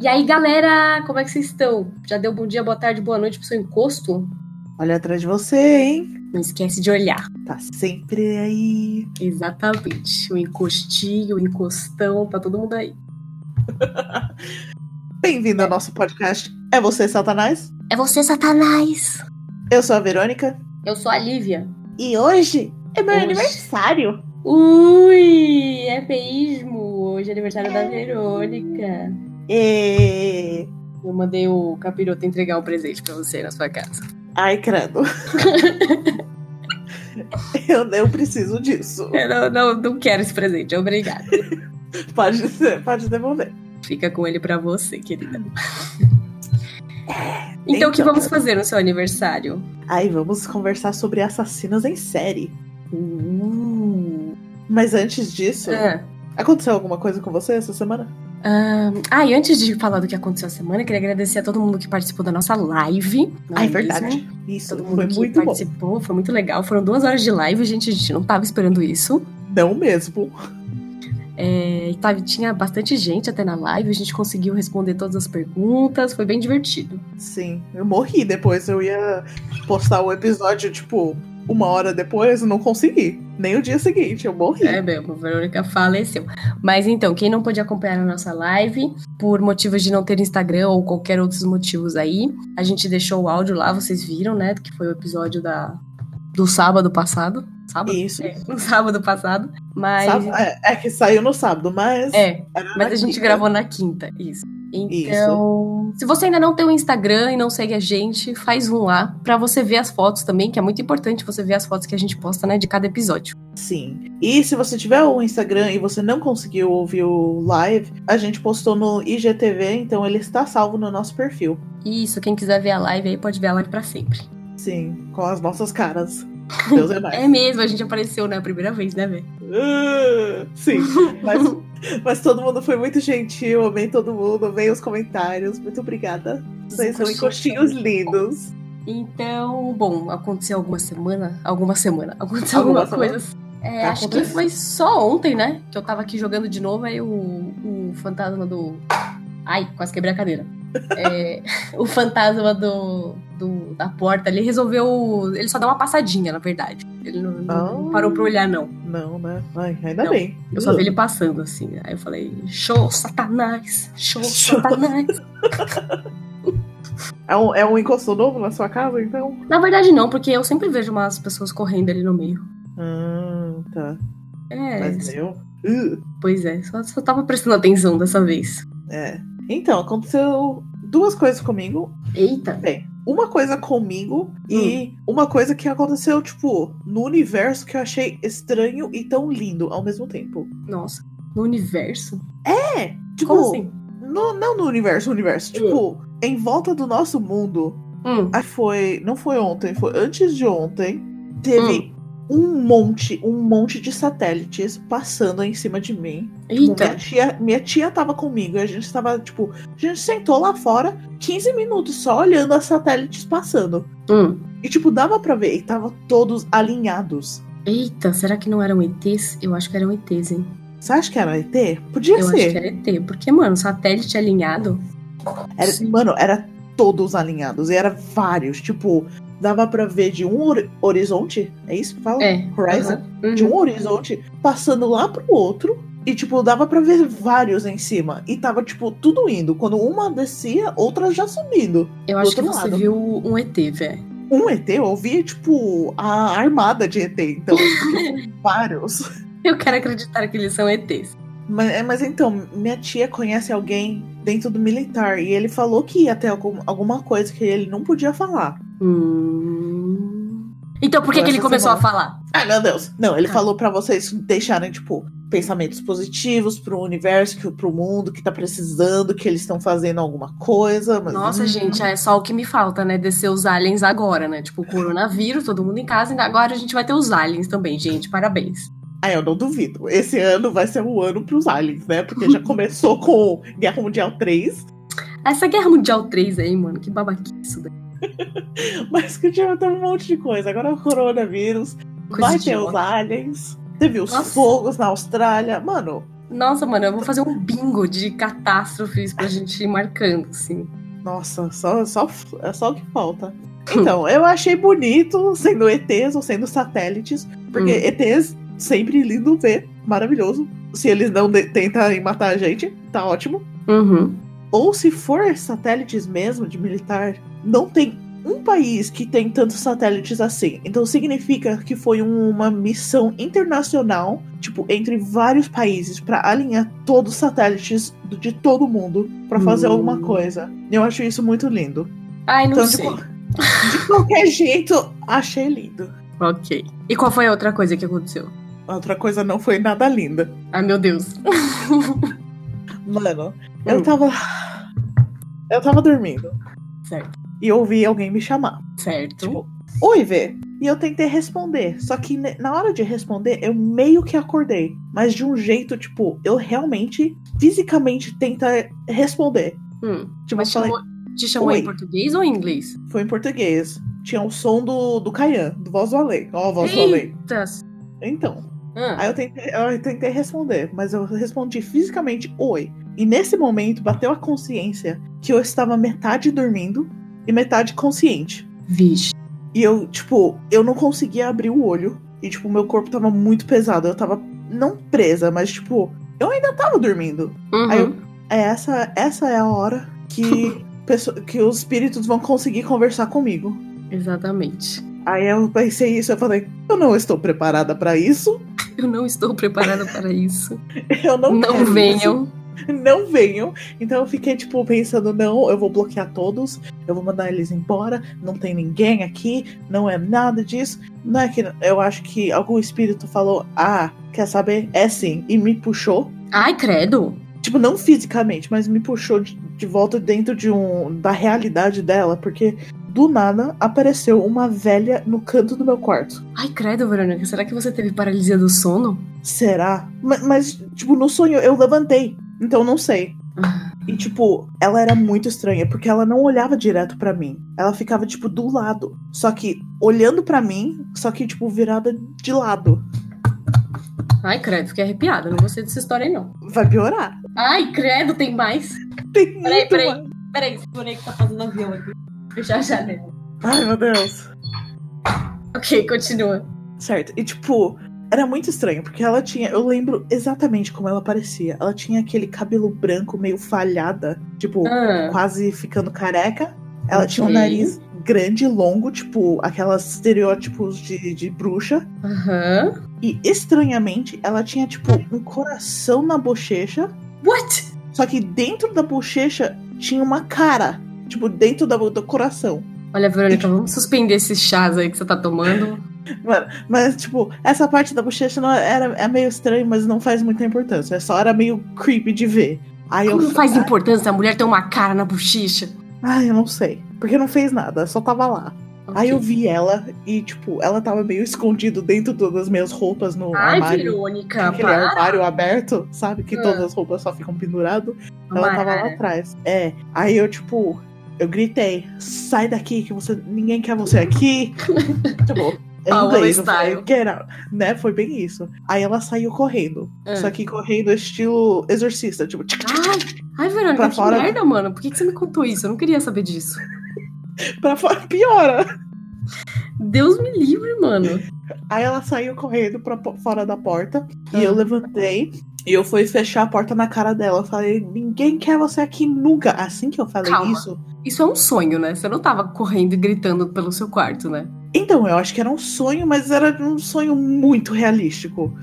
E aí, galera, como é que vocês estão? Já deu bom dia, boa tarde, boa noite pro seu encosto? Olha atrás de você, hein? Não esquece de olhar. Tá sempre aí. Exatamente. O encostinho, o encostão, tá todo mundo aí. Bem-vindo ao nosso podcast. É você, Satanás? É você, Satanás! Eu sou a Verônica. Eu sou a Lívia. E hoje é meu Hoje. aniversário. Ui, é mesmo! Hoje é aniversário da Verônica. E... Eu mandei o capiroto entregar o presente pra você na sua casa. Ai, credo. eu, eu preciso disso. Eu não, não, não quero esse presente, obrigada. Pode, ser- pode devolver. Fica com ele pra você, querida. Então, então. o que vamos fazer no seu aniversário? Aí vamos conversar sobre assassinos em série. Uh, Mas antes disso, É. aconteceu alguma coisa com você essa semana? Ah, ah, e antes de falar do que aconteceu a semana, eu queria agradecer a todo mundo que participou da nossa live. não Ai, é Ah, verdade. mesmo? Isso Todo foi mundo que muito bom. participou, foi muito legal. Foram duas horas de live, gente, a gente não tava esperando isso. Não mesmo. É, e tava- tinha bastante gente até na live, a gente conseguiu responder todas as perguntas, foi bem divertido. Sim, eu morri depois. Eu ia postar o episódio, tipo, uma hora depois, eu não consegui. Nem o dia seguinte, eu morri. É mesmo, a Verônica faleceu. Mas então, quem não pôde acompanhar a nossa live, por motivos de não ter Instagram ou qualquer outros motivos aí, a gente deixou o áudio lá, vocês viram, né? Que foi o episódio da, do sábado passado. Sábado? Isso. É, no sábado passado. Mas. Sábado- é, é que saiu no sábado, mas. É, era na mas a gente quinta. gravou na quinta, isso. Então, se você ainda não tem o Instagram e não segue a gente, faz um lá pra você ver as fotos também, que é muito importante você ver as fotos que a gente posta, né, de cada episódio. Sim. E se você tiver o Instagram e você não conseguiu ouvir o live, a gente postou no IGTV, então ele está salvo no nosso perfil. Isso, quem quiser ver a live aí pode ver a live pra sempre. Sim, com as nossas caras. Deus é mais. É mesmo, a gente apareceu, né, a primeira vez, né, velho? Ah, Sim, mas Mas todo mundo foi muito gentil, amei todo mundo, amei os comentários. Muito obrigada. Vocês são encostinhos lindos. Então, bom, aconteceu alguma semana, alguma semana, aconteceu alguma, Alguma coisa. É, Tá acho que acontecendo. foi só ontem, né, que eu tava aqui jogando de novo, aí o, o fantasma do... Ai, quase quebrei a cadeira. É, o fantasma do, do- da porta ali resolveu... Ele só deu uma passadinha, na verdade. Ele não, não Ah. parou pra olhar, não. Não, né? Ai, ainda Não, bem. Eu só vi ele passando, assim. Aí eu falei, show, satanás, show, Show. satanás. É um, é um encosto novo na sua casa, então? Na verdade, não, porque eu sempre vejo umas pessoas correndo ali no meio. Ah, tá. É, Mas eu. Uh, pois é, só, só tava prestando atenção dessa vez. é. Então, aconteceu duas coisas comigo. Eita! Bem, uma coisa comigo Hum. e uma coisa que aconteceu, tipo, no universo que eu achei estranho e tão lindo ao mesmo tempo. Nossa, no universo? É, tipo. Como assim? no- não no universo, universo. Tipo, em volta do nosso mundo, Hum, Ah, foi. Não foi ontem, foi antes de ontem. Teve Hum. um monte, um monte de satélites passando em cima de mim. Tipo, Minha eita! tia, minha tia tava comigo e a gente tava, tipo, a gente sentou lá fora 15 minutos só olhando as satélites passando. Hum. E, tipo, dava pra ver, e tava todos alinhados. Eita, será que não eram ETs? Eu acho que eram ETs, hein? Você acha que era ET? Podia Eu acho que ser. era ET, porque, mano, satélite alinhado. Era- Sim. mano, era todos alinhados. E era vários. Tipo, dava pra ver de um hori- horizonte. É isso que fala? É. Horizon. Uhum. de um horizonte passando lá pro outro e tipo dava pra ver vários em cima e tava tipo tudo indo quando uma descia outra já subindo Eu acho do que outro você lado. viu um ET, velho. um ET eu via tipo a armada de ET então tipo, vários Eu quero acreditar que eles são ETs. mas, é, mas então minha tia conhece alguém dentro do militar e ele falou que ia ter algum- alguma coisa que ele não podia falar Hum. Então por que, Eu que ele essa começou a semana- falar? Ah, meu Deus. Não, ele Ah. falou pra vocês deixarem, tipo, pensamentos positivos pro universo, que- pro mundo que tá precisando, que eles estão fazendo alguma coisa. Mas... Hum. Nossa, gente, é só o que me falta, né? Descer os aliens agora, né? Tipo, o coronavírus, todo mundo em casa, ainda agora a gente vai ter os aliens também, gente. Parabéns. Ah, eu não duvido. Esse ano vai ser o ano pros aliens, né? Porque já começou com Guerra Mundial 3. Essa Guerra Mundial 3 aí, mano, que babaquice né? isso daí. Mas que já tem um monte de coisa. Agora é o coronavírus. Coisa vai ter idiota. os aliens. Teve os Nossa. fogos na Austrália. Mano, Nossa, mano, eu vou fazer um bingo de catástrofes pra gente ir marcando, assim. Nossa, só, só, é só o que falta. Então, eu achei bonito sendo ETs ou sendo satélites, porque Hum. ETs sempre lindo ver, maravilhoso. Se eles não de- tentarem matar a gente, tá ótimo. Uhum. Ou se for satélites mesmo de militar, não tem um país que tem tantos satélites assim. Então significa que foi um- uma missão internacional, tipo, entre vários países, pra alinhar todos os satélites do- de todo mundo pra fazer Hum. alguma coisa. Eu acho isso muito lindo. Ai, não Então, de, sei. qual- de qualquer jeito, achei lindo. Ok. E qual foi a outra coisa que aconteceu? Outra coisa não foi nada linda. Ai, meu Deus. Mano, eu Hum. tava. Eu tava dormindo Certo. e ouvi alguém me chamar. Certo. Tipo, oi, Vê. E eu tentei responder. Só que ne- na hora de responder, eu meio que acordei. Mas de um jeito, tipo, eu realmente, fisicamente, tenta responder. Hum. Tipo, eu Mas falei, chamou- te chamou Oi. em português ou em inglês? foi em português. Tinha o som do, do Caian, do Voz do Além. Ó, Voz do Além. Eita. Então. Ah, Aí eu tentei, eu tentei responder, mas eu respondi fisicamente oi. E nesse momento bateu a consciência que eu estava metade dormindo e metade consciente. Vixe. E eu, tipo, eu não conseguia abrir o olho. E, tipo, meu corpo tava muito pesado. Eu tava não presa, mas, tipo, eu ainda tava dormindo. Uhum. Aí eu- É essa, essa é a hora que, pesso- que os espíritos vão conseguir conversar comigo. Exatamente. Aí eu pensei isso, eu falei, eu não estou preparada pra isso. Eu não estou preparada para isso. Eu não, Não, quero isso. venham. não venham. Então eu fiquei, tipo, pensando, não, eu vou bloquear todos, eu vou mandar eles embora, não tem ninguém aqui, não é nada disso. Não é que eu acho que algum espírito falou, ah, quer saber? É sim, e me puxou. Ai, credo. Tipo, não fisicamente, mas me puxou de, de volta dentro de um. da realidade dela, porque do nada apareceu uma velha no canto do meu quarto. Ai, credo, Verônica. Será que você teve paralisia do sono? Será? Ma- Mas, tipo, no sonho eu levantei, então não sei. Ah. E, tipo, ela era muito estranha, porque ela não olhava direto pra mim. Ela ficava, tipo, do lado. Só que olhando pra mim, só que, tipo, virada de lado. Ai, credo. Fiquei arrepiada. Não gostei dessa história, aí, não. Vai piorar. Ai, credo. Tem mais. Tem muito Peraí, peraí. mais. Peraí, esse boneco tá fazendo avião aqui. Fechar a janela. Ai, meu Deus. Ok, continua. Certo. E, tipo, era muito estranho, porque ela tinha. Eu lembro exatamente como ela parecia. Ela tinha aquele cabelo branco meio falhada, tipo, Ah, quase ficando careca. Ela tinha um Ok. nariz grande e longo, tipo, aquelas estereótipos de, de bruxa. Aham. E estranhamente, ela tinha tipo um coração na bochecha, What? só que dentro da bochecha tinha uma cara, tipo dentro da, do coração. Olha, Verônica, vamos suspender esses chás aí que você tá tomando. Mano, mas tipo, essa parte da bochecha não era é meio estranho, mas não faz muita importância, é só era meio creepy de ver. Aí eu Não faz ai, importância a mulher ter uma cara na bochecha. Ai, eu não sei, porque não fez nada, só tava lá. Aí eu Ok. vi ela e tipo, ela tava meio escondido dentro do- das minhas roupas no Ai, armário. Verônica, Aquele para. armário aberto, sabe? Que Ah. todas as roupas só ficam penduradas. Ela Mara. tava lá atrás. É. Aí eu, tipo, eu gritei, sai daqui, que você. Ninguém quer você aqui. tipo, em Paola inglês, eu style. falei, get out. Né? Foi bem isso. Aí ela saiu correndo. Ah. Só que correndo estilo exorcista. Tipo, tchic, tchic, Ai, ai, Verônica, Pra que fora- merda, mano. Por que, que você me contou isso? Eu não queria saber disso. pra fora. Piora. Deus me livre, mano. Aí ela saiu correndo pra po- fora da porta. Ah. E eu levantei. E eu fui fechar a porta na cara dela. Eu falei, ninguém quer você aqui nunca. Assim que eu falei Calma. isso. Isso é um sonho, né? Você não tava correndo e gritando pelo seu quarto, né? Então, eu acho que era um sonho, mas era um sonho muito realístico.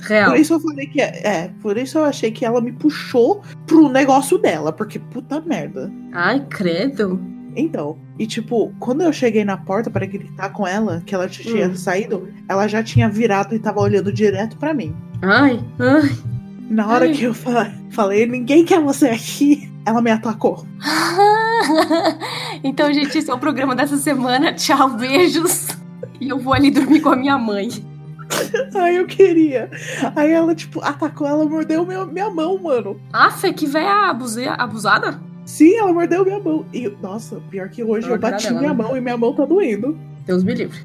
Real. Por isso eu falei que é, é, por isso eu achei que ela me puxou pro negócio dela, porque puta merda. Ai, credo. Então, e tipo, quando eu cheguei na porta para gritar com ela, que ela já tinha Hum. saído, ela já tinha virado e tava olhando direto pra mim. Ai, ai. Na hora Ai. que eu fa- falei, ninguém quer você aqui, ela me atacou. então, gente, esse é o programa dessa semana. Tchau, beijos. E eu vou ali dormir com a minha mãe. Ai, eu queria. Aí ela, tipo, atacou, ela mordeu meu, minha mão, mano. Afe, que véia abuse... abusada. Sim, ela mordeu minha mão. E, nossa, pior que hoje Ela eu bati agrada ela, minha né? mão e minha mão tá doendo. Deus me livre.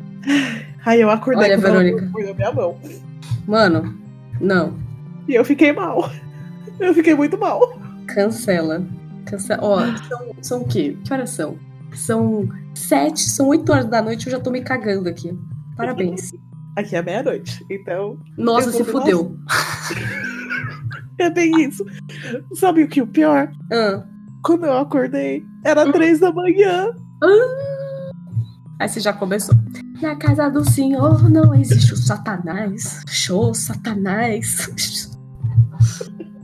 Aí eu acordei Olha, quando ela Verônica. mordeu minha mão. Mano, não. E eu fiquei mal. Eu fiquei muito mal. Cancela. Cancela. Ó, são, são o quê? Que horas são? São sete, são oito horas da noite, eu já tô me cagando aqui. Parabéns. Aqui é meia-noite, então. Nossa, se Eu vou- fudeu. É bem isso. Sabe o que é o pior? Ah. Quando eu acordei, era três da manhã. Aí você já começou. Na casa do senhor não existe o satanás. Show, satanás.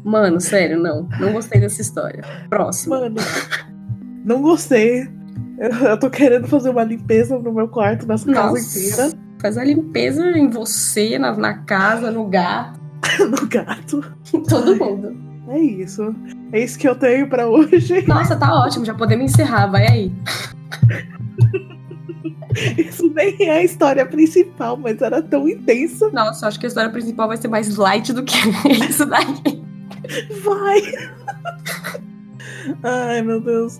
Mano, sério, não. Não gostei dessa história. Próximo. Mano, não gostei. Eu, eu tô querendo fazer uma limpeza no meu quarto, nessa casa inteira, Nossa. Faz a limpeza em você, na, na casa, no gato, no gato. em todo mundo. É isso. É isso que eu tenho pra hoje. Nossa, tá ótimo. Já podemos encerrar. Vai aí. Isso nem é a história principal, mas era tão intensa. Nossa, acho que a história principal vai ser mais light do que isso daí. Vai! Ai, meu Deus.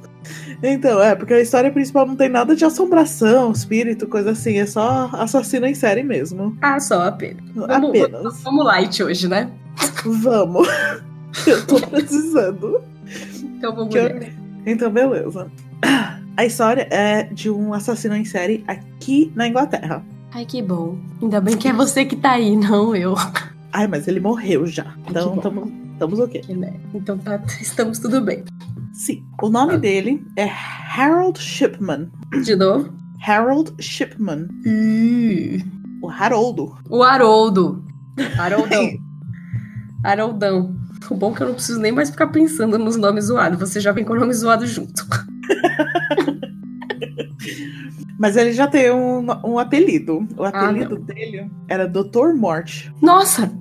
Então, é, porque a história principal não tem nada de assombração, espírito, coisa assim. É só assassino em série mesmo. Ah, só apenas. Vamos, Apenas. vamos- vamos light hoje, né? Vamos. Eu tô precisando. Então vamos. Que eu- nessa. Então, beleza. A história é de um assassino em série aqui na Inglaterra. Ai, que bom. Ainda bem que é você que tá aí, não eu. Ai, mas ele morreu já. Então, bom. tamo, estamos ok. Que merda. Então tá, estamos tudo bem. Sim. O Ah. nome dele é Harold Shipman. De novo. Harold Shipman. O Haroldo. O Haroldo. Haroldão. Haroldão. O bom é que eu não preciso nem mais ficar pensando nos nomes zoados. Você já vem com o nome zoado junto. Mas ele já tem um, um apelido. O Ah, apelido dele era Doutor Morte. Nossa!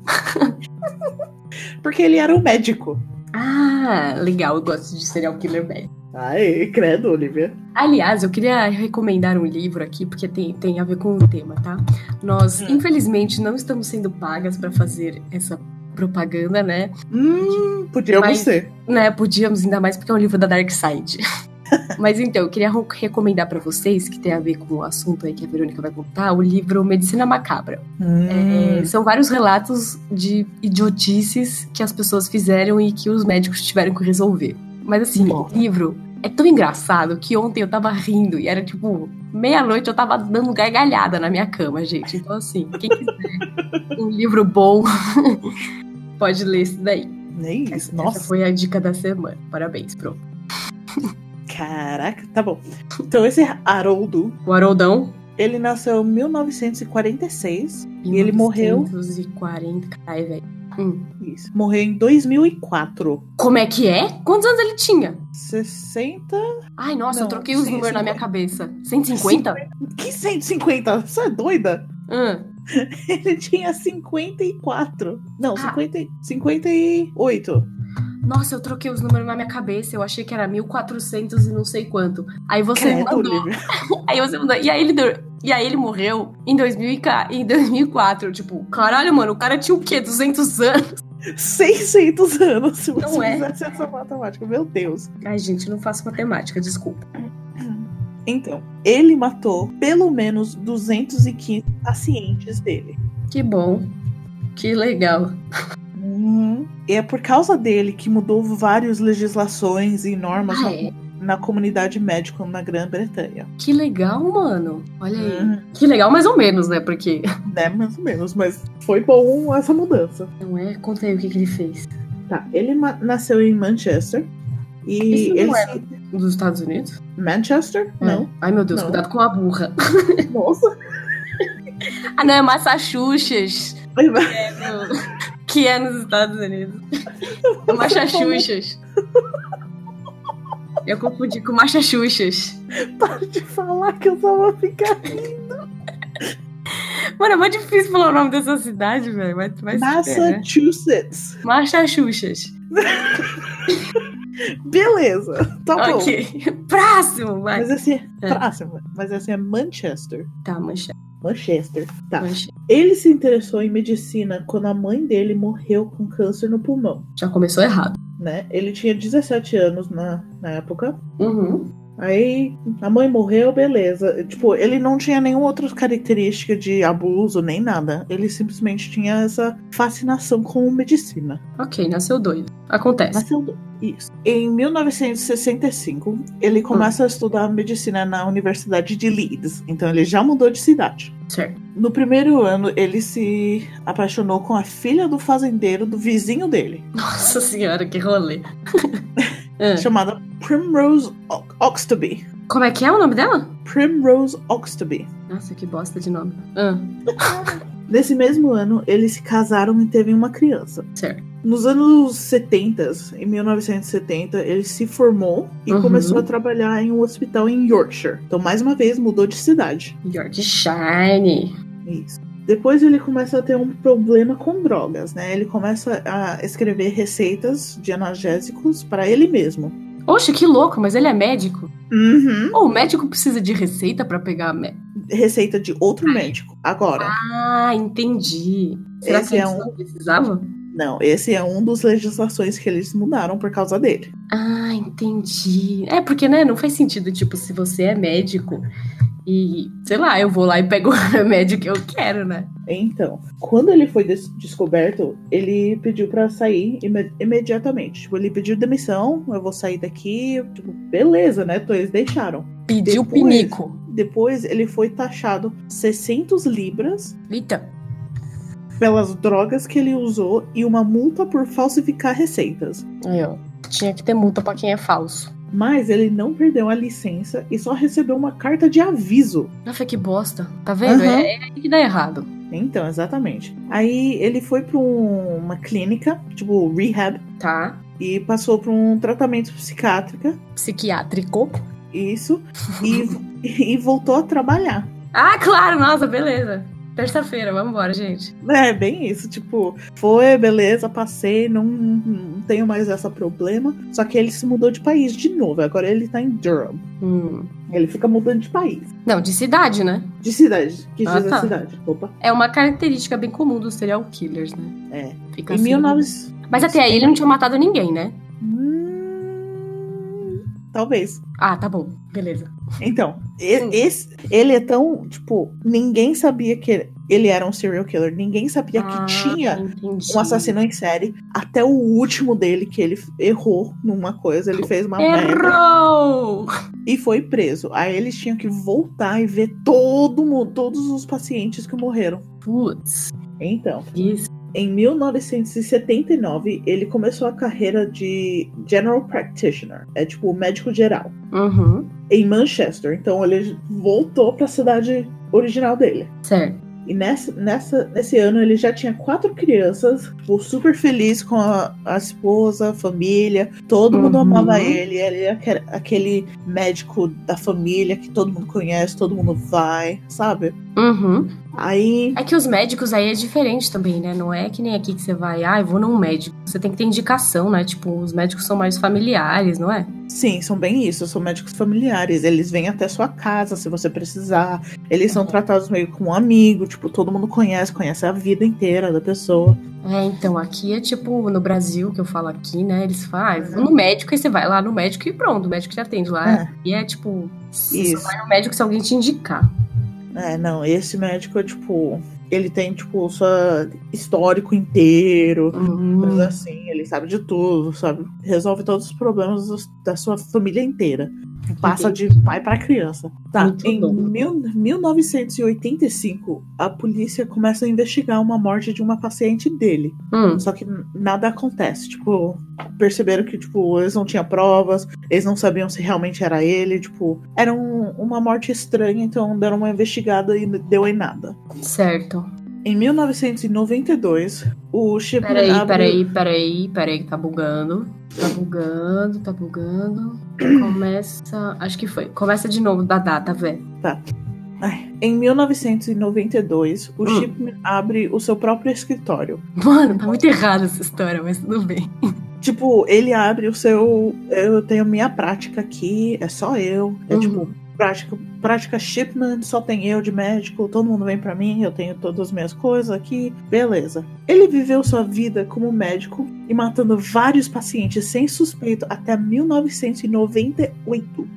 Porque ele era um médico. Ah, legal. Eu gosto de serial killer bad. Ai, credo, Olivia. Aliás, eu queria recomendar um livro aqui, porque tem, tem a ver com o tema, tá? Nós, Hum. infelizmente, não estamos sendo pagas pra fazer essa propaganda, né? Hum, podia Mas- você. né, podíamos ainda mais porque é um livro da Dark Side. Mas então, eu queria ro- recomendar pra vocês, que tem a ver com o assunto aí que a Verônica vai contar, o livro Medicina Macabra. Hum, É, Uhum. são vários relatos de idiotices que as pessoas fizeram e que os médicos tiveram que resolver. Mas assim, Bom. o livro é tão engraçado que ontem eu tava rindo e era tipo, meia-noite eu tava dando gargalhada na minha cama, gente. Então, assim, quem quiser um livro bom, pode ler esse daí. Nem isso. Nossa, Essa foi a dica da semana. Parabéns, pro. caraca. Tá bom. Então esse Haroldo, O Haroldão. ele nasceu em 1946. E ele morreu? 1940. Ai, velho. Hum. Isso. Morreu em 2004. Como é que é? Quantos anos ele tinha? 60? Ai, nossa, eu Não, troquei os sim, números na minha 50. cabeça. 150? Que 150? Você é doida? Hum. Ele tinha 54. Não, Ah. 50, e- 58. Nossa, eu troquei os números na minha cabeça. Eu achei que era 1400 e não sei quanto. Aí você Credo, mandou. Olivia. Aí você mandou. E aí ele deu- E aí ele morreu em, 2000 e ca- em 2004. Tipo, caralho, mano, o cara tinha o quê? 200 anos? 600 anos, se você Não é. fizesse essa matemática, meu Deus. Ai, gente, não faço matemática, desculpa. Então, ele matou pelo menos 215 pacientes dele. Que bom. Que legal. Uhum. E é por causa dele que mudou várias legislações e normas Ah, na, é? na comunidade médica na Grã-Bretanha. Que legal, mano. Olha aí. Uhum. Que legal, mais ou menos, né? Porque. Né, mais ou menos, mas foi bom essa mudança. Não é? Conta aí o que, que ele fez. Tá, ele ma- nasceu em Manchester. E Isso não ele. é- se- Dos Estados Unidos? Manchester? Não. É. Ai, meu Deus, Não. cuidado com a burra. Nossa. Ah, não, é Massachusetts. É no... Que é nos Estados Unidos. É Massachusetts. Eu confundi com Massachusetts. Para de falar que eu só vou ficar. Mano, é muito difícil falar o nome dessa cidade, velho. Vai, vai se fuder, né? Massachusetts. Massachusetts. Beleza, tá bom. ok. Próximo, vai. Mas esse é, É. próximo. Mas esse é Manchester. Tá, mancha. Manchester. Tá. mancha. Ele se interessou em medicina quando a mãe dele morreu com câncer no pulmão, Já começou errado. né? Ele tinha 17 anos na, na época. Uhum. Aí a mãe morreu, beleza. Tipo, ele não tinha nenhuma outra característica de abuso nem nada. Ele simplesmente tinha essa fascinação com medicina. Ok, nasceu doido. Acontece. Nasceu do- isso. Em 1965, ele começa a estudar medicina na Universidade de Leeds. Então ele já mudou de cidade. Certo. No primeiro ano, ele se apaixonou com a filha do fazendeiro do vizinho dele, Nossa senhora, que rolê. Ah, chamada Primrose O- Oxtoby. Como é que é o nome dela? Primrose Oxtoby. Nossa, que bosta de nome. Ah, Nesse mesmo ano, eles se casaram e teve uma criança. Certo. Nos anos 70, em 1970, ele se formou e Uhum. começou a trabalhar em um hospital em Yorkshire. Então, mais uma vez, mudou de cidade. Yorkshire. Isso. Depois ele começa a ter um problema com drogas, né? Ele começa a escrever receitas de analgésicos para ele mesmo. Oxe, que louco, mas ele é médico. Uhum. Ou o médico precisa de receita pra pegar a me... Receita de outro médico. Agora, Ah, entendi. Será Esse que antes é um- não precisava? não, esse é um dos legislações que eles mudaram por causa dele. Ah, entendi. É, porque, né, não faz sentido, tipo, se você é médico e, sei lá, eu vou lá e pego o remédio que eu quero, né? Então, quando ele foi des- descoberto, ele pediu pra sair ime- imediatamente. Tipo, ele pediu demissão, eu vou sair daqui. Tipo, beleza, né? Então eles deixaram. Pediu Depois- pinico. Depois ele foi taxado 600 libras Eita. pelas drogas que ele usou e uma multa por falsificar receitas. Aí, ó. Tinha que ter multa pra quem é falso. Mas ele não perdeu a licença e só recebeu uma carta de aviso. Nossa, que bosta. Tá vendo? Aham. É, é aí que dá errado. Então, exatamente. Aí ele foi pra um- uma clínica, tipo rehab, Tá? e passou por um tratamento psiquiátrica. Psiquiátrico. Isso. E, e voltou a trabalhar. Ah, claro, nossa, beleza. Terça-feira, vambora, gente. É, bem isso. Tipo, foi, beleza, passei, não, não tenho mais essa problema. Só que ele se mudou de país de novo. Agora ele tá em Durham. Hum. Ele fica mudando de país. Não, de cidade, né? De cidade. Que diz Ah, tá. a cidade. Opa. É uma característica bem comum dos serial killers, né? É. Fica Em assim. 1900. Mas até aí ele não tinha matado ninguém, né? Hum, Talvez. Ah, tá bom. Beleza. Então, e- Hum. esse, ele é tão. Tipo, ninguém sabia que ele era um serial killer. Ninguém sabia que Ah, tinha entendi. um assassino em série até o último dele que ele errou numa coisa, ele fez uma merda Errou! e foi preso. Aí eles tinham que voltar e ver todo mundo, todos os pacientes que morreram. Putz, Então, isso. em 1979, ele começou a carreira de general practitioner, é tipo médico geral, Uhum. em Manchester. Então ele voltou pra cidade original dele. Certo. E nessa, nessa, nesse ano ele já tinha quatro crianças, ficou super feliz com a, a esposa, a família, todo mundo Uhum. amava ele, ele era aque- aquele médico da família que todo mundo conhece, todo mundo vai, sabe? Uhum. Aí, É que os médicos aí é diferente também, né? Não é que nem aqui que você vai, ah, eu vou num médico. Você tem que ter indicação, né? Tipo, os médicos são mais familiares, não é? sim, são bem isso, são médicos familiares, eles vêm até sua casa se você precisar, eles são Uhum. tratados meio como um amigo, tipo, todo mundo conhece, conhece a vida inteira da pessoa. É, então, aqui é tipo, no Brasil, que eu falo aqui, né? Eles falam, ah, eu vou no médico, aí você vai lá no médico e pronto, o médico te atende lá. É. E é tipo, você Isso. só vai no médico se alguém te indicar. É, não, esse médico é tipo. Ele tem, tipo, o seu histórico inteiro. Hum, coisas Assim, ele sabe de tudo, sabe? Resolve todos os problemas dos- da sua família inteira. Passa de pai pra criança. Tá, Muito em bom. mil- 1985, a polícia começa a investigar uma morte de uma paciente dele. hum, Só que n- nada acontece. Tipo, perceberam que, tipo, eles não tinham provas, eles não sabiam se realmente era ele. Tipo, era um- uma morte estranha, então deram uma investigada e n- deu em nada. certo. Em 1992, o Chip Peraí, abre- peraí, peraí, peraí, que tá bugando. Tá bugando, tá bugando. Começa. Acho que foi. Começa de novo da data, velho. Tá. Ai, Em 1992, o Hum. Chipman abre o seu próprio escritório. Mano, tá muito errada essa história, mas tudo bem. Tipo, ele abre o seu. Eu tenho minha prática aqui, é só eu. É Uhum. tipo, prática, prática Shipman, só tem eu de médico, todo mundo vem pra mim, eu tenho todas as minhas coisas aqui, beleza. Ele viveu sua vida como médico e matando vários pacientes sem suspeito até 1998.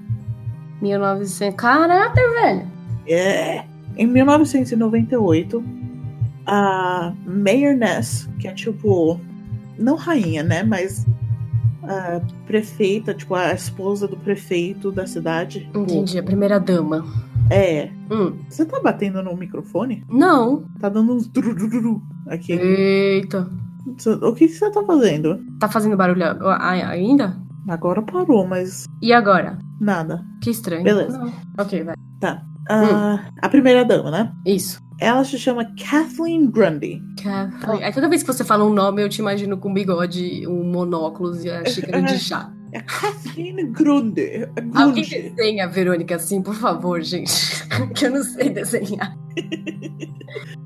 1900. Caraca, velho! É. Em 1998, a Mayor Ness, que é tipo. Não rainha, né? Mas a prefeita, tipo, a esposa do prefeito da cidade. Entendi, a primeira dama. É. Hum. Você tá batendo no microfone? Não. Tá dando uns drurururu aqui. Eita. O que que você tá fazendo? Tá fazendo barulho a- a- ainda? Agora parou, mas E agora? nada. Que estranho. Beleza. Não. Ok, vai. Hum. Ah, A primeira dama, né? Isso. Ela se chama Kathleen Grundy. Kathleen. Aí toda vez que você fala um nome, eu te imagino com bigode, um monóculos e a xícara de chá. É Kathleen Grundy. É Alguém Grundy. desenha, Verônica, assim, por favor, gente. que eu não sei desenhar.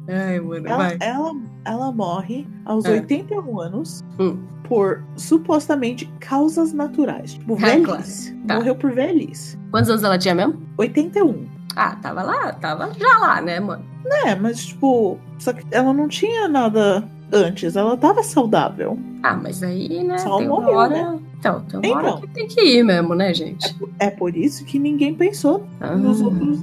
Ai, mano, Ela, vai. ela, ela morre aos É. 81 anos Hum. por supostamente causas naturais. Tipo, Ah, claro. velhice. Tá. Morreu por velhice. Quantos anos ela tinha mesmo? 81. Ah, tava lá, tava já lá, né, mano? É, mas tipo, só que ela não tinha nada antes, ela tava saudável. Ah, mas aí, né, Só tem uma morreu, hora... Então, tem uma hora Então. que tem que ir mesmo, né, gente? É por isso que ninguém pensou Ah, nos outros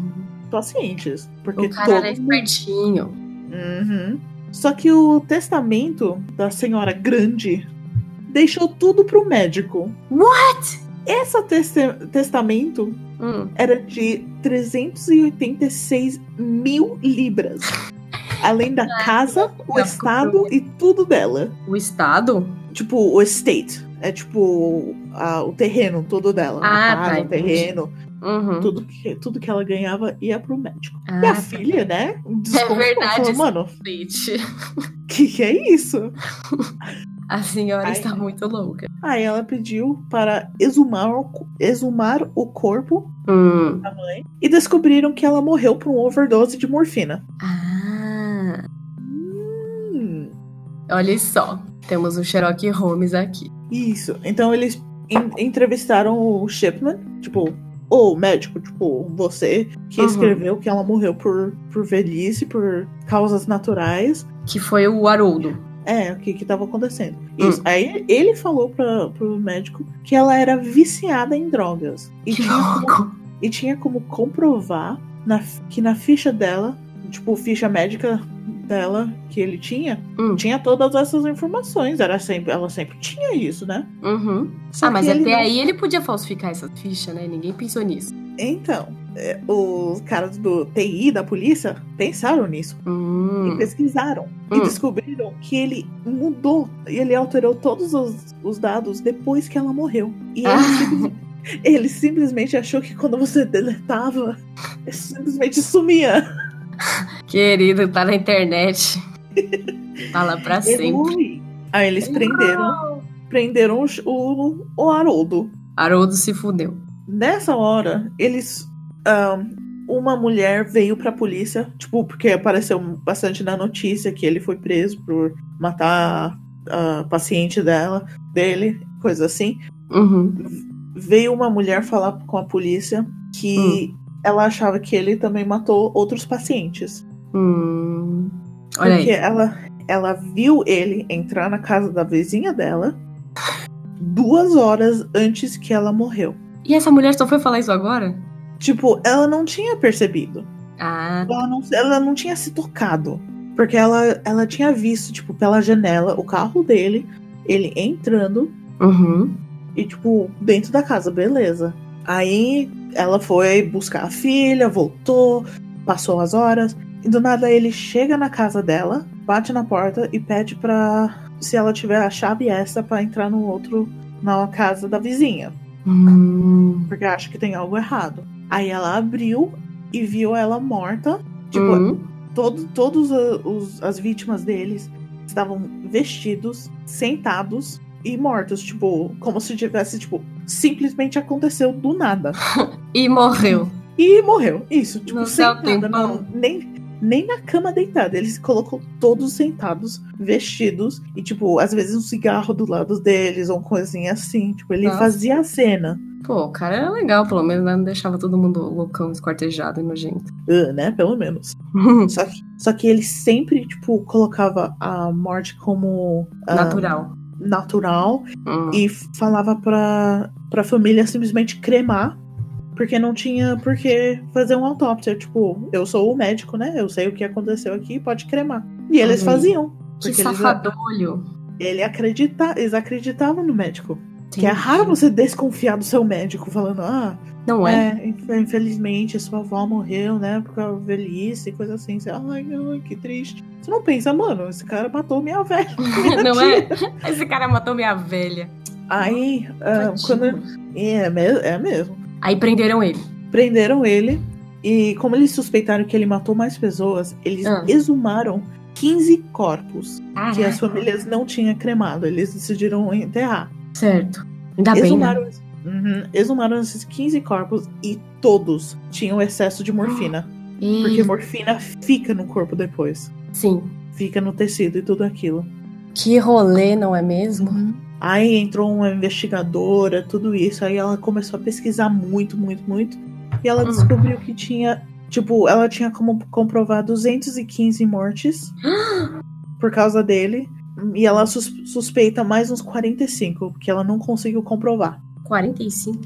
pacientes. Porque o cara todo... era espertinho. Uhum. Só que o testamento da senhora Grande deixou tudo pro médico. What? Esse teste- testamento Hum. era de 386 mil libras. Além da casa, o Não, estado e tudo dela. O Estado? tipo, o estate. É tipo a- o terreno todo dela. Ah, a tá, casa, o entendi. terreno, Uhum. tudo que, tudo que ela ganhava ia pro médico. Ah, e a tá. filha, né? desconfiou, verdade, falou, Mano, Bitch. o que, que é isso? A senhora Ai. está muito louca. Aí ela pediu para exumar, o co- exumar o corpo Hum. da mãe e descobriram que ela morreu por um overdose de morfina. Ah... Hum, Olha só, temos o Sherlock Holmes aqui. isso. Então eles en- entrevistaram o Shipman, tipo, ou o médico, tipo, você que Uhum. escreveu que ela morreu por, por velhice, por causas naturais. Que foi o Haroldo. É, o que que tava acontecendo. Hum. Isso. Aí ele falou pra, pro médico que ela era viciada em drogas. E, Que tinha, como, louco. e tinha como comprovar na f- que na ficha dela, tipo, ficha médica dela que ele tinha, Hum. tinha todas essas informações. Era sempre, ela sempre tinha isso, né? Uhum. Só Ah, mas que ele até não- aí ele podia falsificar essa ficha, né? Ninguém pensou nisso. Então, é, os caras do TI da polícia pensaram nisso Hum. e pesquisaram e Hum. descobriram que ele mudou, ele alterou todos os, os dados depois que ela morreu. E ele, Ah. simplesmente- ele simplesmente achou que quando você deletava, simplesmente sumia. Querido, tá na internet. tá lá pra sempre. Evolui. Aí eles prenderam, prenderam o, Ch- o, o Haroldo. Haroldo se fudeu. Nessa hora, eles. ahn, uma mulher veio pra polícia, tipo, porque apareceu bastante na notícia que ele foi preso por matar a paciente dela, dele, coisa assim. Uhum. Veio uma mulher falar com a polícia que ela achava que ele também matou outros pacientes. Hum. Olha porque aí. ela ela viu ele entrar na casa da vizinha dela duas horas antes que ela morreu. E essa mulher só foi falar isso agora? Tipo, ela não tinha percebido. Ah, ela não, ela não tinha se tocado. Porque ela, ela tinha visto, tipo, pela janela o carro dele, ele entrando uhum. e, tipo, dentro da casa, beleza. Aí ela foi buscar a filha, voltou, passou as horas. E do nada ele chega na casa dela, bate na porta e pede pra. Se ela tiver a chave extra pra entrar no outro. Na casa da vizinha. Hum. Porque acha que tem algo errado. Aí ela abriu e viu ela morta. Tipo, Uhum. todo, todos a- os- as vítimas deles estavam vestidos, sentados e mortos, tipo, como se tivesse, tipo, simplesmente aconteceu do nada. E morreu. E morreu. Isso, No tipo, céu tem sentada, não, pão. nem, nem na cama deitada. Eles colocou todos sentados, vestidos, e, tipo, às vezes um cigarro do lado deles, ou uma coisinha assim. Tipo, ele Nossa. fazia a cena, Pô, o cara era legal, pelo menos né? não deixava todo mundo loucão, esquartejado e nojento. Ah, né? Pelo menos. Só que, só que ele sempre, tipo, colocava a morte como ah, Natural. natural Hum. e falava pra, pra família simplesmente cremar. porque não tinha por que fazer uma autópsia. Tipo, eu sou o médico, né? Eu sei o que aconteceu aqui, pode cremar. E eles Olha aí. faziam. Que porque eles- safadolho. Ele acredita, eles acreditavam no médico. Que é Entendi. raro você desconfiar do seu médico falando, ah, Não é? é, inf- infelizmente sua avó morreu, né? Por causa da velhice, coisa assim. Você, ai, não, que triste. Você não pensa, mano, esse cara matou minha velha. minha Não tia." é? Esse cara matou minha velha. Aí, ah, Tadinho. quando. É, me- é mesmo. Aí prenderam ele. Prenderam ele e, como eles suspeitaram que ele matou mais pessoas, eles Ah. exumaram 15 corpos que é as Caraca. famílias não tinham cremado. Eles decidiram enterrar. Certo. Ainda bem, né? Exumaram, Uhum, exumaram esses 15 corpos e todos tinham excesso de morfina. E- Porque morfina fica no corpo depois. Sim. Fica no tecido e tudo aquilo. Que rolê, não é mesmo? Aí entrou uma investigadora, tudo isso. Aí ela começou a pesquisar muito, muito, muito. E ela Uhum. descobriu que tinha. Tipo, ela tinha como comprovar 215 mortes por causa dele. E ela sus- suspeita mais uns 45, porque ela não conseguiu comprovar. 45.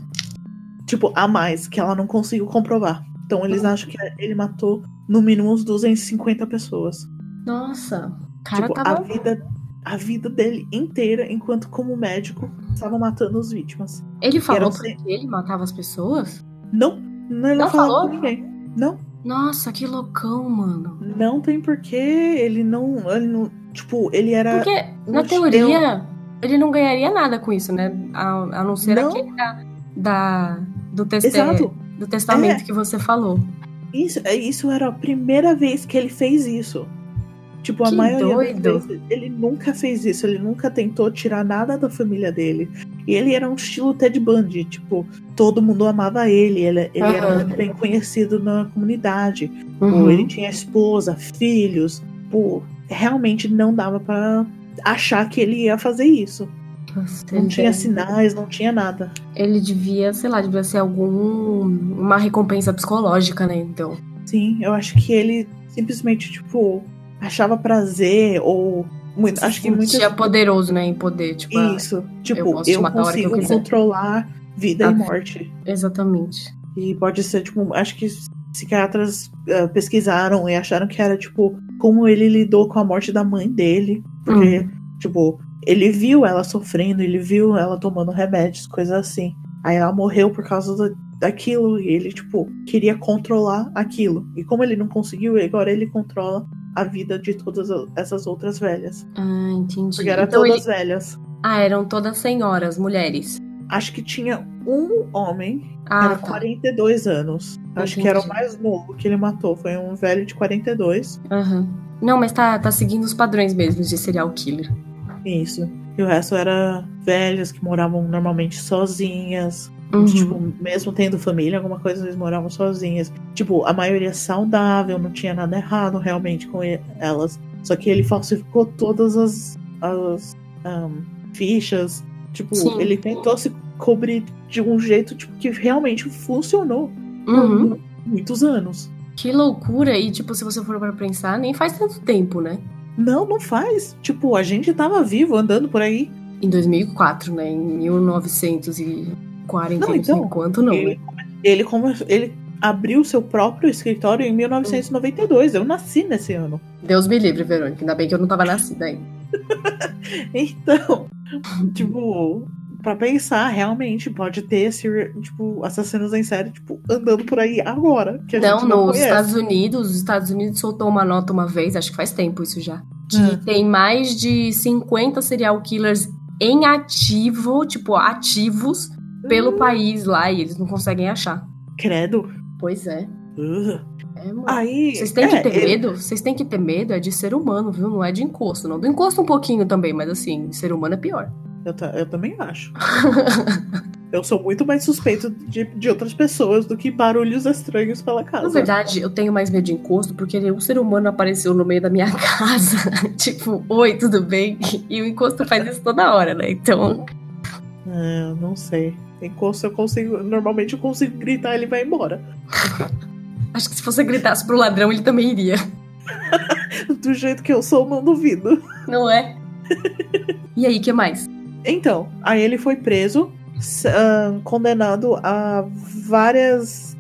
tipo, a mais, que ela não conseguiu comprovar. Então Uhum. eles acham que ele matou no mínimo uns 250 pessoas. Nossa. O cara tá tipo, a tava. vida a vida dele inteira, enquanto como médico, estava matando as vítimas. Ele falou Eram porque ele matava as pessoas? Não, né, não, ele não, Não falava falou? com ninguém. Não, Nossa, que loucão, mano. não tem porquê, ele não, ele não, tipo, ele era Porque, na Não te teoria, ele não ganharia nada com isso, né? A, a não ser Não. aquele da, da- do, teste, Exato. É. do testamento que você falou. Isso, é, isso era a primeira vez que ele fez isso. Tipo, a Que maioria das doido. vezes, ele nunca fez isso, ele nunca tentou tirar nada da família dele. E ele era um estilo Ted Bundy, tipo, todo mundo amava ele, ele, ele era Aham. muito bem conhecido na comunidade. Pô, Uhum. ele tinha esposa, filhos, pô, realmente não dava pra achar que ele ia fazer isso. Nossa, Não ele tinha deve- sinais, não tinha nada. Ele devia, sei lá, devia ser algum uma recompensa psicológica, né? Então. Sim, eu acho que ele simplesmente, tipo, achava prazer ou. Muito, acho que muitas sentia poderoso, né? Em poder, tipo, ah, Isso. Tipo, eu, posso te matar a hora que eu consigo quiser. controlar vida Ah. e morte. exatamente. E pode ser, tipo, acho que psiquiatras ah, pesquisaram e acharam que era, tipo, como ele lidou com a morte da mãe dele. Hum. Porque, Uhum. tipo, ele viu ela sofrendo, ele viu ela tomando remédios, coisas assim. Aí ela morreu por causa da- daquilo e ele, tipo, queria controlar aquilo. E como ele não conseguiu, agora ele controla a vida de todas a- essas outras velhas. Ah, entendi. Porque eram então todas ele... velhas. Ah, eram todas senhoras, mulheres. Acho que tinha um homem, Ah, era tá. 42 anos. Acho que Entendi. era o mais novo que ele matou. Foi um velho de 42. Aham. Não, mas tá, tá seguindo os padrões mesmo de serial killer. Isso. E o resto era velhas que moravam normalmente sozinhas. Uhum. Tipo, mesmo tendo família, alguma coisa, eles moravam sozinhas. Tipo, a maioria saudável, não tinha nada errado realmente com e- elas. Só que ele falsificou todas as, as ahn, fichas. Tipo, Sim. ele tentou se cobrir de um jeito tipo, que realmente funcionou. Uhum. por muitos anos. Que loucura! E, tipo, se você for pra pensar, nem faz tanto tempo, né? Não, não faz. Tipo, a gente tava vivo andando por aí. Em 2004, né? Em 1940, Não, não sei então, quanto, não, ele, né? ele, come- ele abriu seu próprio escritório em 1992. Eu nasci nesse ano. Deus me livre, Verônica. Ainda bem que eu não tava nascida ainda. Então, tipo, pra pensar, realmente pode ter esse, tipo, assassinos em série, tipo, andando por aí agora. Que a Não, gente não Então, nos conhece. Estados Unidos, os Estados Unidos soltou uma nota uma vez, acho que faz tempo isso já, que Ah. tem mais de 50 serial killers em ativo, tipo, ativos, Hum. pelo país lá e eles não conseguem achar. Credo. Pois é. Uh. É, mano. Aí. Vocês têm que é, ter ele- medo, vocês têm que ter medo é de ser humano, viu? Não é de encosto, não. Do encosto um pouquinho também, mas assim, ser humano é pior. Eu, ta- eu também acho. eu sou muito mais suspeito de, de outras pessoas do que barulhos estranhos pela casa. Na verdade, eu tenho mais medo de encosto porque nenhum ser humano apareceu no meio da minha casa. tipo, oi, tudo bem? E o encosto faz isso toda hora, né? Então, É, eu não sei. Encosto eu consigo. Normalmente eu consigo gritar ele vai embora. acho que se você gritasse pro ladrão, ele também iria. Do jeito que eu sou, não duvido. Não é? E aí, que mais? Então, aí ele foi preso s- ahn, condenado a várias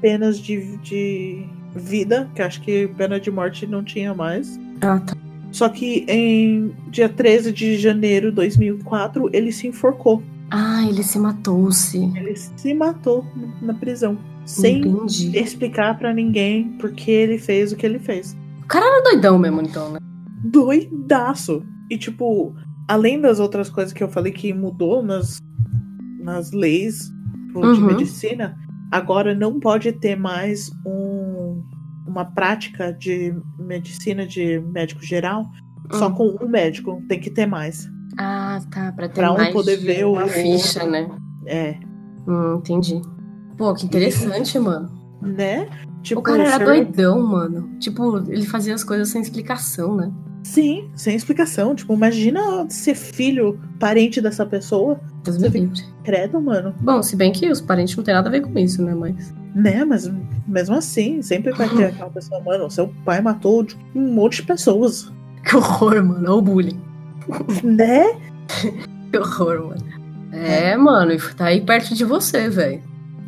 penas de, de vida, que acho que pena de morte não tinha mais. Ah, tá. Só que em dia 13 de janeiro de 2004, ele se enforcou. Ah, ele se matou-se. Ele se matou na prisão, sem Entendi. explicar pra ninguém porque ele fez o que ele fez. O cara era doidão mesmo, então, né? doidaço. E, tipo, além das outras coisas que eu falei que mudou nas, nas leis tipo, de Uhum. medicina, agora não pode ter mais um, uma prática de medicina de médico geral só Hum. com um médico. Tem que ter mais. Ah, tá. Pra ter Pra um mais poder de ver o- uma ficha, né? É. Hum, entendi. Pô, que interessante, mano. Né? Tipo, o cara era ser- doidão, mano. Tipo, ele fazia as coisas sem explicação, né? Sim, sem explicação. Tipo, imagina ser filho, parente dessa pessoa. Deus me livre. Credo, mano. Bom, se bem que os parentes não tem nada a ver com isso, né? Mas. Né, mas mesmo assim, sempre vai ter aquela pessoa, mano, seu pai matou de um monte de pessoas. Que horror, mano. Olha o bullying. Né? Que horror, mano. É, mano, e tá aí perto de você, velho.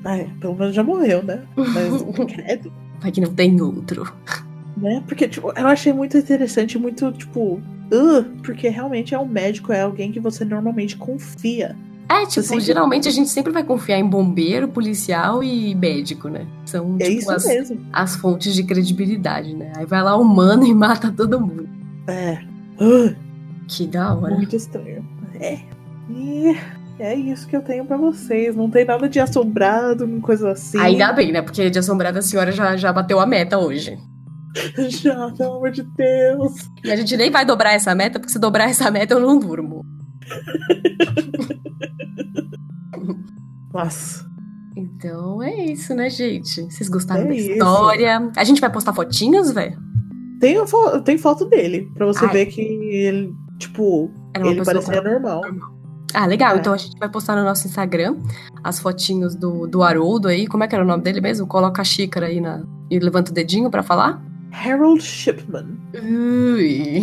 Ai, pelo menos já morreu, né? Mas credo, Vai que não tem outro. né? Porque, tipo, eu achei muito interessante, muito, tipo, "Ugh", porque realmente é um médico, é alguém que você normalmente confia. É, tipo, sempre- geralmente a gente sempre vai confiar em bombeiro, policial e médico, né? São, É tipo, isso as, mesmo. as fontes de credibilidade, né? Aí vai lá o humano e mata todo mundo. É. "Ugh", Que da hora. muito estranho. É. E é isso que eu tenho pra vocês. Não tem nada de assombrado, nem coisa assim. Ainda bem, né? Porque de assombrada a senhora já, já bateu a meta hoje. Já, pelo amor de Deus. E a gente nem vai dobrar essa meta, porque se dobrar essa meta eu não durmo. Nossa. Então é isso, né, gente? Vocês gostaram É da isso. história? A gente vai postar fotinhas, velho? Tem, a fo- tem foto dele, pra você Ai. ver que ele, tipo, Era uma ele pessoa parecia normal. Ah, legal. É. Então a gente vai postar no nosso Instagram as fotinhos do, do Haroldo aí. Como é que era o nome dele mesmo? Coloca a xícara aí na, e levanta o dedinho pra falar. Harold Shipman. Ui.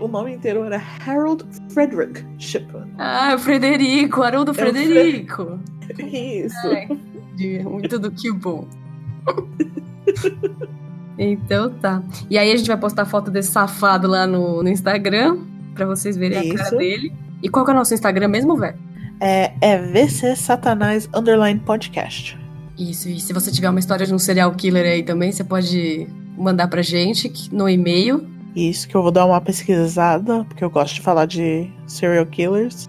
O nome inteiro era Harold Frederick Shipman. Ah, o Frederico, o Haroldo É Fre- Frederico. É Isso. Ai, de- muito do que bom. Então tá. E aí a gente vai postar foto desse safado lá no, no Instagram pra vocês verem a Isso. cara dele. E qual que é o nosso Instagram mesmo, velho? É, é VC Satanás Underline Podcast. Isso, e se você tiver uma história de um serial killer aí também, você pode mandar pra gente que- no e-mail. Isso que eu vou dar uma pesquisada, porque eu gosto de falar de serial killers.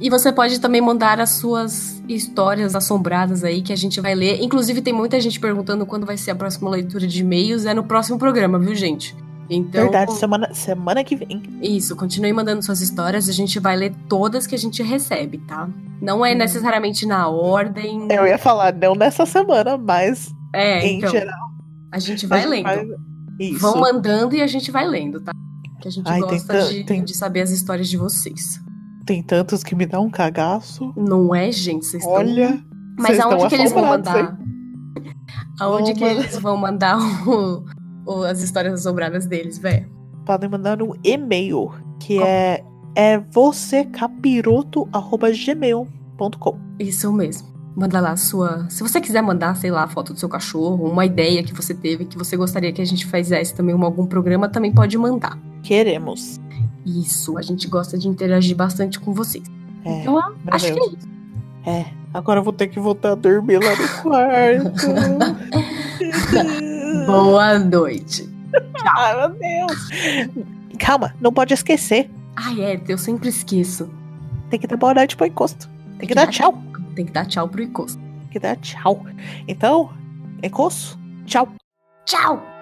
E você pode também mandar as suas histórias assombradas aí que a gente vai ler. Inclusive, tem muita gente perguntando quando vai ser a próxima leitura de e-mails. É no próximo programa, viu, gente? Então, Verdade, semana, semana que vem. isso, continue mandando suas histórias, a gente vai ler todas que a gente recebe, tá? Não é Hum. necessariamente na ordem. É, Eu ia falar, não nessa semana, mas É, em então, geral. a gente vai a gente lendo. vai- Isso. Vão mandando e a gente vai lendo, tá? Que a gente Ai, tem gosta tan- de, tem- de saber as histórias de vocês. Tem tantos que me dão um cagaço. Não é, gente? Vocês estão. Olha. Mas vocês aonde estão que eles vão assombrados, mandar? Aonde Vão que mandar- eles vão mandar o- o- as histórias assombradas deles, velho? podem mandar um e-mail que Qual? é é vocecapiroto@gmail.com. Isso mesmo. Manda lá a sua. Se você quiser mandar, sei lá, a foto do seu cachorro, uma ideia que você teve, que você gostaria que a gente fizesse também em algum programa, também pode mandar. Queremos. Isso, a gente gosta de interagir bastante com vocês. É, Então, ah, meu acho que é Deus. É. Agora eu vou ter que voltar a dormir lá no quarto. isso. Boa noite. Ai, meu Deus. Calma, não pode esquecer. Ai, é, eu sempre esqueço. Tem que dar boa noite pro encosto. Tem que dar tchau. Tem que dar tchau pro Icosto. Tem que dar tchau. Então, encosto, tchau. Tchau!